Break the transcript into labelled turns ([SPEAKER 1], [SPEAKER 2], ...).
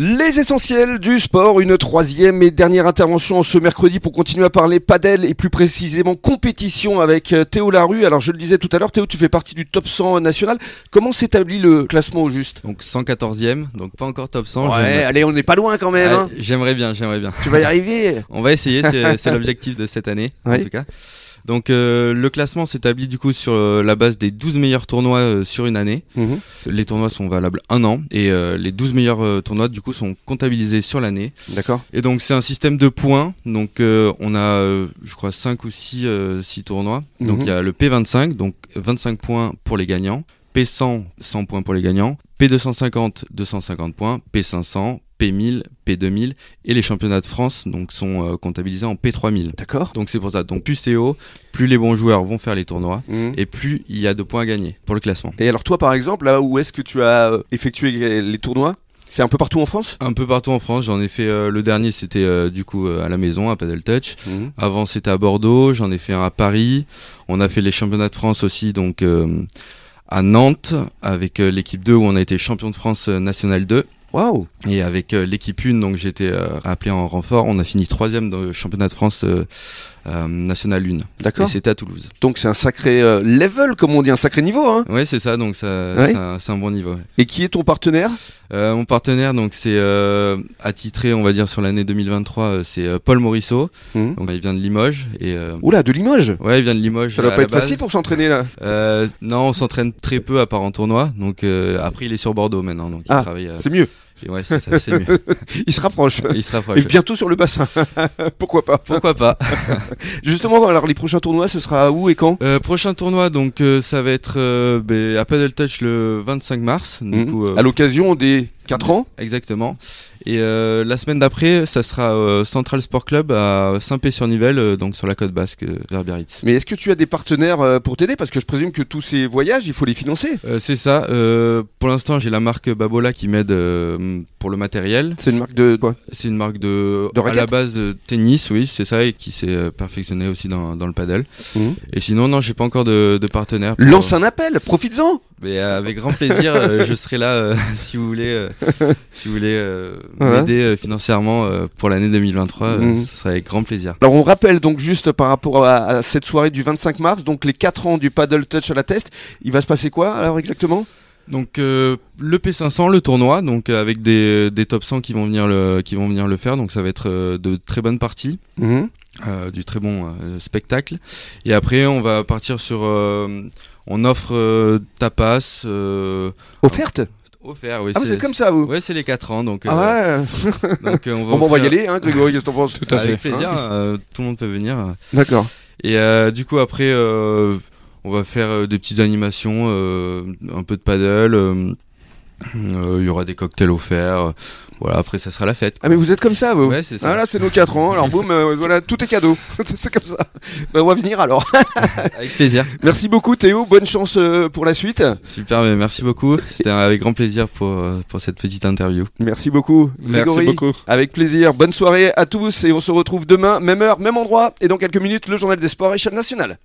[SPEAKER 1] Les essentiels du sport, une troisième et dernière intervention ce mercredi pour continuer à parler padel et plus précisément compétition avec euh, Théo Larue. Alors je le disais tout à l'heure, Théo, tu fais partie du top 100 national. Comment s'établit le classement au juste Oh,
[SPEAKER 2] Donc 114e, donc pas encore top 100.
[SPEAKER 1] Ouais,
[SPEAKER 2] j'aimerais-
[SPEAKER 1] allez, on n'est pas loin quand même. hein.
[SPEAKER 2] Ouais, J'aimerais bien, j'aimerais bien.
[SPEAKER 1] Tu vas y arriver.
[SPEAKER 2] On va essayer, c'est c'est l'objectif de cette année, en
[SPEAKER 1] Oui.
[SPEAKER 2] tout cas. Donc euh, le classement s'établit du coup sur euh, la base des 12 meilleurs tournois euh, sur une année.
[SPEAKER 1] Mhm.
[SPEAKER 2] Les tournois sont valables un an et euh, les 12 meilleurs euh, tournois du coup sont comptabilisés sur l'année.
[SPEAKER 1] D'accord.
[SPEAKER 2] Et donc c'est un système de points. Donc euh, on a, euh, je crois, 5 ou 6, tournois. Donc
[SPEAKER 1] Mhm.
[SPEAKER 2] il y a le P25, donc 25 points pour les gagnants. P100, 100 points pour les gagnants. P250, 250 points. P500, P1000, P2000. Et les championnats de France donc, sont euh, comptabilisés en P3000.
[SPEAKER 1] D'accord.
[SPEAKER 2] Donc c'est pour ça. Donc plus c'est haut, plus les bons joueurs vont faire les tournois.
[SPEAKER 1] Mhm.
[SPEAKER 2] Et plus il y a de points à gagner pour le classement.
[SPEAKER 1] Et alors toi par exemple, là où est-ce que tu as euh, effectué les tournois C'est un peu partout en France
[SPEAKER 2] Un peu partout en France, j'en ai fait euh, le dernier, c'était euh, du coup euh, à la maison, à Paddle Touch.
[SPEAKER 1] Mhm.
[SPEAKER 2] Avant, c'était à Bordeaux, j'en ai fait un à Paris. On a fait les championnats de France aussi, donc euh, à Nantes, avec euh, l'équipe 2 où on a été champion de France euh, national 2.
[SPEAKER 1] Waouh
[SPEAKER 2] Et avec euh, l'équipe 1, donc j'étais euh, appelé en renfort. On a fini troisième dans le championnat de France euh, euh, national 1. Et
[SPEAKER 1] D'accord.
[SPEAKER 2] c'était à Toulouse.
[SPEAKER 1] Donc c'est un sacré euh, level, comme on dit, un sacré niveau. Hein
[SPEAKER 2] Ouais, c'est ça, donc ça,
[SPEAKER 1] Ouais.
[SPEAKER 2] c'est un, c'est un bon niveau. ouais.
[SPEAKER 1] Et qui est ton partenaire
[SPEAKER 2] Euh, mon partenaire, donc c'est euh, attitré, on va dire, sur l'année 2023, euh, c'est euh, Paul Morisseau.
[SPEAKER 1] Mhm.
[SPEAKER 2] Donc, il vient de Limoges. Et, euh,
[SPEAKER 1] Oula, de Limoges
[SPEAKER 2] ouais, il vient de Limoges.
[SPEAKER 1] Ça doit
[SPEAKER 2] à
[SPEAKER 1] pas
[SPEAKER 2] la
[SPEAKER 1] être
[SPEAKER 2] base.
[SPEAKER 1] facile pour s'entraîner là.
[SPEAKER 2] Euh, non, on s'entraîne très peu à part en tournoi. Donc euh, après, il est sur Bordeaux maintenant, donc il
[SPEAKER 1] Ah,
[SPEAKER 2] travaille. euh,
[SPEAKER 1] C'est mieux.
[SPEAKER 2] et ouais, c'est ça, c'est mieux.
[SPEAKER 1] Il se rapproche.
[SPEAKER 2] Il se
[SPEAKER 1] Et
[SPEAKER 2] rapproche.
[SPEAKER 1] bientôt sur le bassin. Pourquoi pas
[SPEAKER 2] Pourquoi pas
[SPEAKER 1] Justement, alors les prochains tournois, ce sera où et quand
[SPEAKER 2] Euh, Prochain tournoi, donc euh, ça va être euh, ben, à Paddle Touch le 25 mars. Du
[SPEAKER 1] Mhm.
[SPEAKER 2] coup, euh,
[SPEAKER 1] À l'occasion des 4 ans
[SPEAKER 2] exactement. Et euh, la semaine d'après, ça sera euh, Central Sport Club à Saint-Pé-sur-Nivelle, euh, donc sur la côte basque, euh, vers Biarritz.
[SPEAKER 1] mais est-ce que tu as des partenaires euh, pour t'aider Parce que je présume que tous ces voyages, il faut les financer.
[SPEAKER 2] Euh, c'est ça. euh, pour l'instant, j'ai la marque Babola qui m'aide euh, pour le matériel.
[SPEAKER 1] C'est une marque de quoi
[SPEAKER 2] C'est une marque de,
[SPEAKER 1] De
[SPEAKER 2] à
[SPEAKER 1] raquettes
[SPEAKER 2] la base de tennis, oui, c'est ça, et qui s'est euh, perfectionnée aussi dans, dans le paddle.
[SPEAKER 1] Mhm.
[SPEAKER 2] Et sinon, non, j'ai pas encore de, de partenaire. pour-
[SPEAKER 1] Lance un appel, profites-en
[SPEAKER 2] Mais euh, avec grand plaisir, euh, je serai là euh, si vous voulez, euh, si vous voulez euh,
[SPEAKER 1] Voilà.
[SPEAKER 2] m'aider euh, financièrement euh, pour l'année 2023, euh,
[SPEAKER 1] Mhm.
[SPEAKER 2] ce sera avec grand plaisir.
[SPEAKER 1] Alors on rappelle donc juste par rapport à, à cette soirée du 25 mars, donc les 4 ans du paddle touch à la test, il va se passer quoi alors exactement
[SPEAKER 2] Donc euh, le P500, le tournoi, donc euh, avec des, des top 100 qui vont venir le qui vont venir le faire, donc ça va être euh, de très bonnes parties. euh, du très bon euh, spectacle. Et après, on va partir sur. euh, on offre euh, tapas euh,
[SPEAKER 1] Offerte
[SPEAKER 2] offert. Oui,
[SPEAKER 1] Ah vous
[SPEAKER 2] c'est
[SPEAKER 1] êtes comme ça vous
[SPEAKER 2] Ouais, c'est les 4 ans, donc, euh,
[SPEAKER 1] Ah ouais
[SPEAKER 2] donc euh, on va
[SPEAKER 1] Bon, bon, on va y
[SPEAKER 2] offrir-
[SPEAKER 1] aller, Ah, hein, Grégory, qu'est-ce que t'en penses Tout
[SPEAKER 2] Avec plaisir, euh, tout le monde peut venir.
[SPEAKER 1] D'accord.
[SPEAKER 2] Et euh, du coup, après, euh, on va faire euh, des petites animations, euh, un peu de paddle. euh, euh, Il y aura des cocktails offerts. euh, Voilà, après, ça sera la fête.
[SPEAKER 1] Ah mais vous êtes comme ça vous
[SPEAKER 2] Ouais, c'est ça.
[SPEAKER 1] Ah là c'est nos 4 ans, alors boum, euh, voilà, tout est cadeau. c'est comme ça. Ben, on va venir alors.
[SPEAKER 2] Avec plaisir.
[SPEAKER 1] Merci beaucoup Théo, bonne chance euh, pour la suite.
[SPEAKER 2] Super, mais merci beaucoup. C'était avec grand plaisir pour, euh, pour cette petite interview.
[SPEAKER 1] Merci beaucoup Grégory. Avec plaisir, bonne soirée à tous et on se retrouve demain, même heure, même endroit et dans quelques minutes le journal des sports à échelle nationale.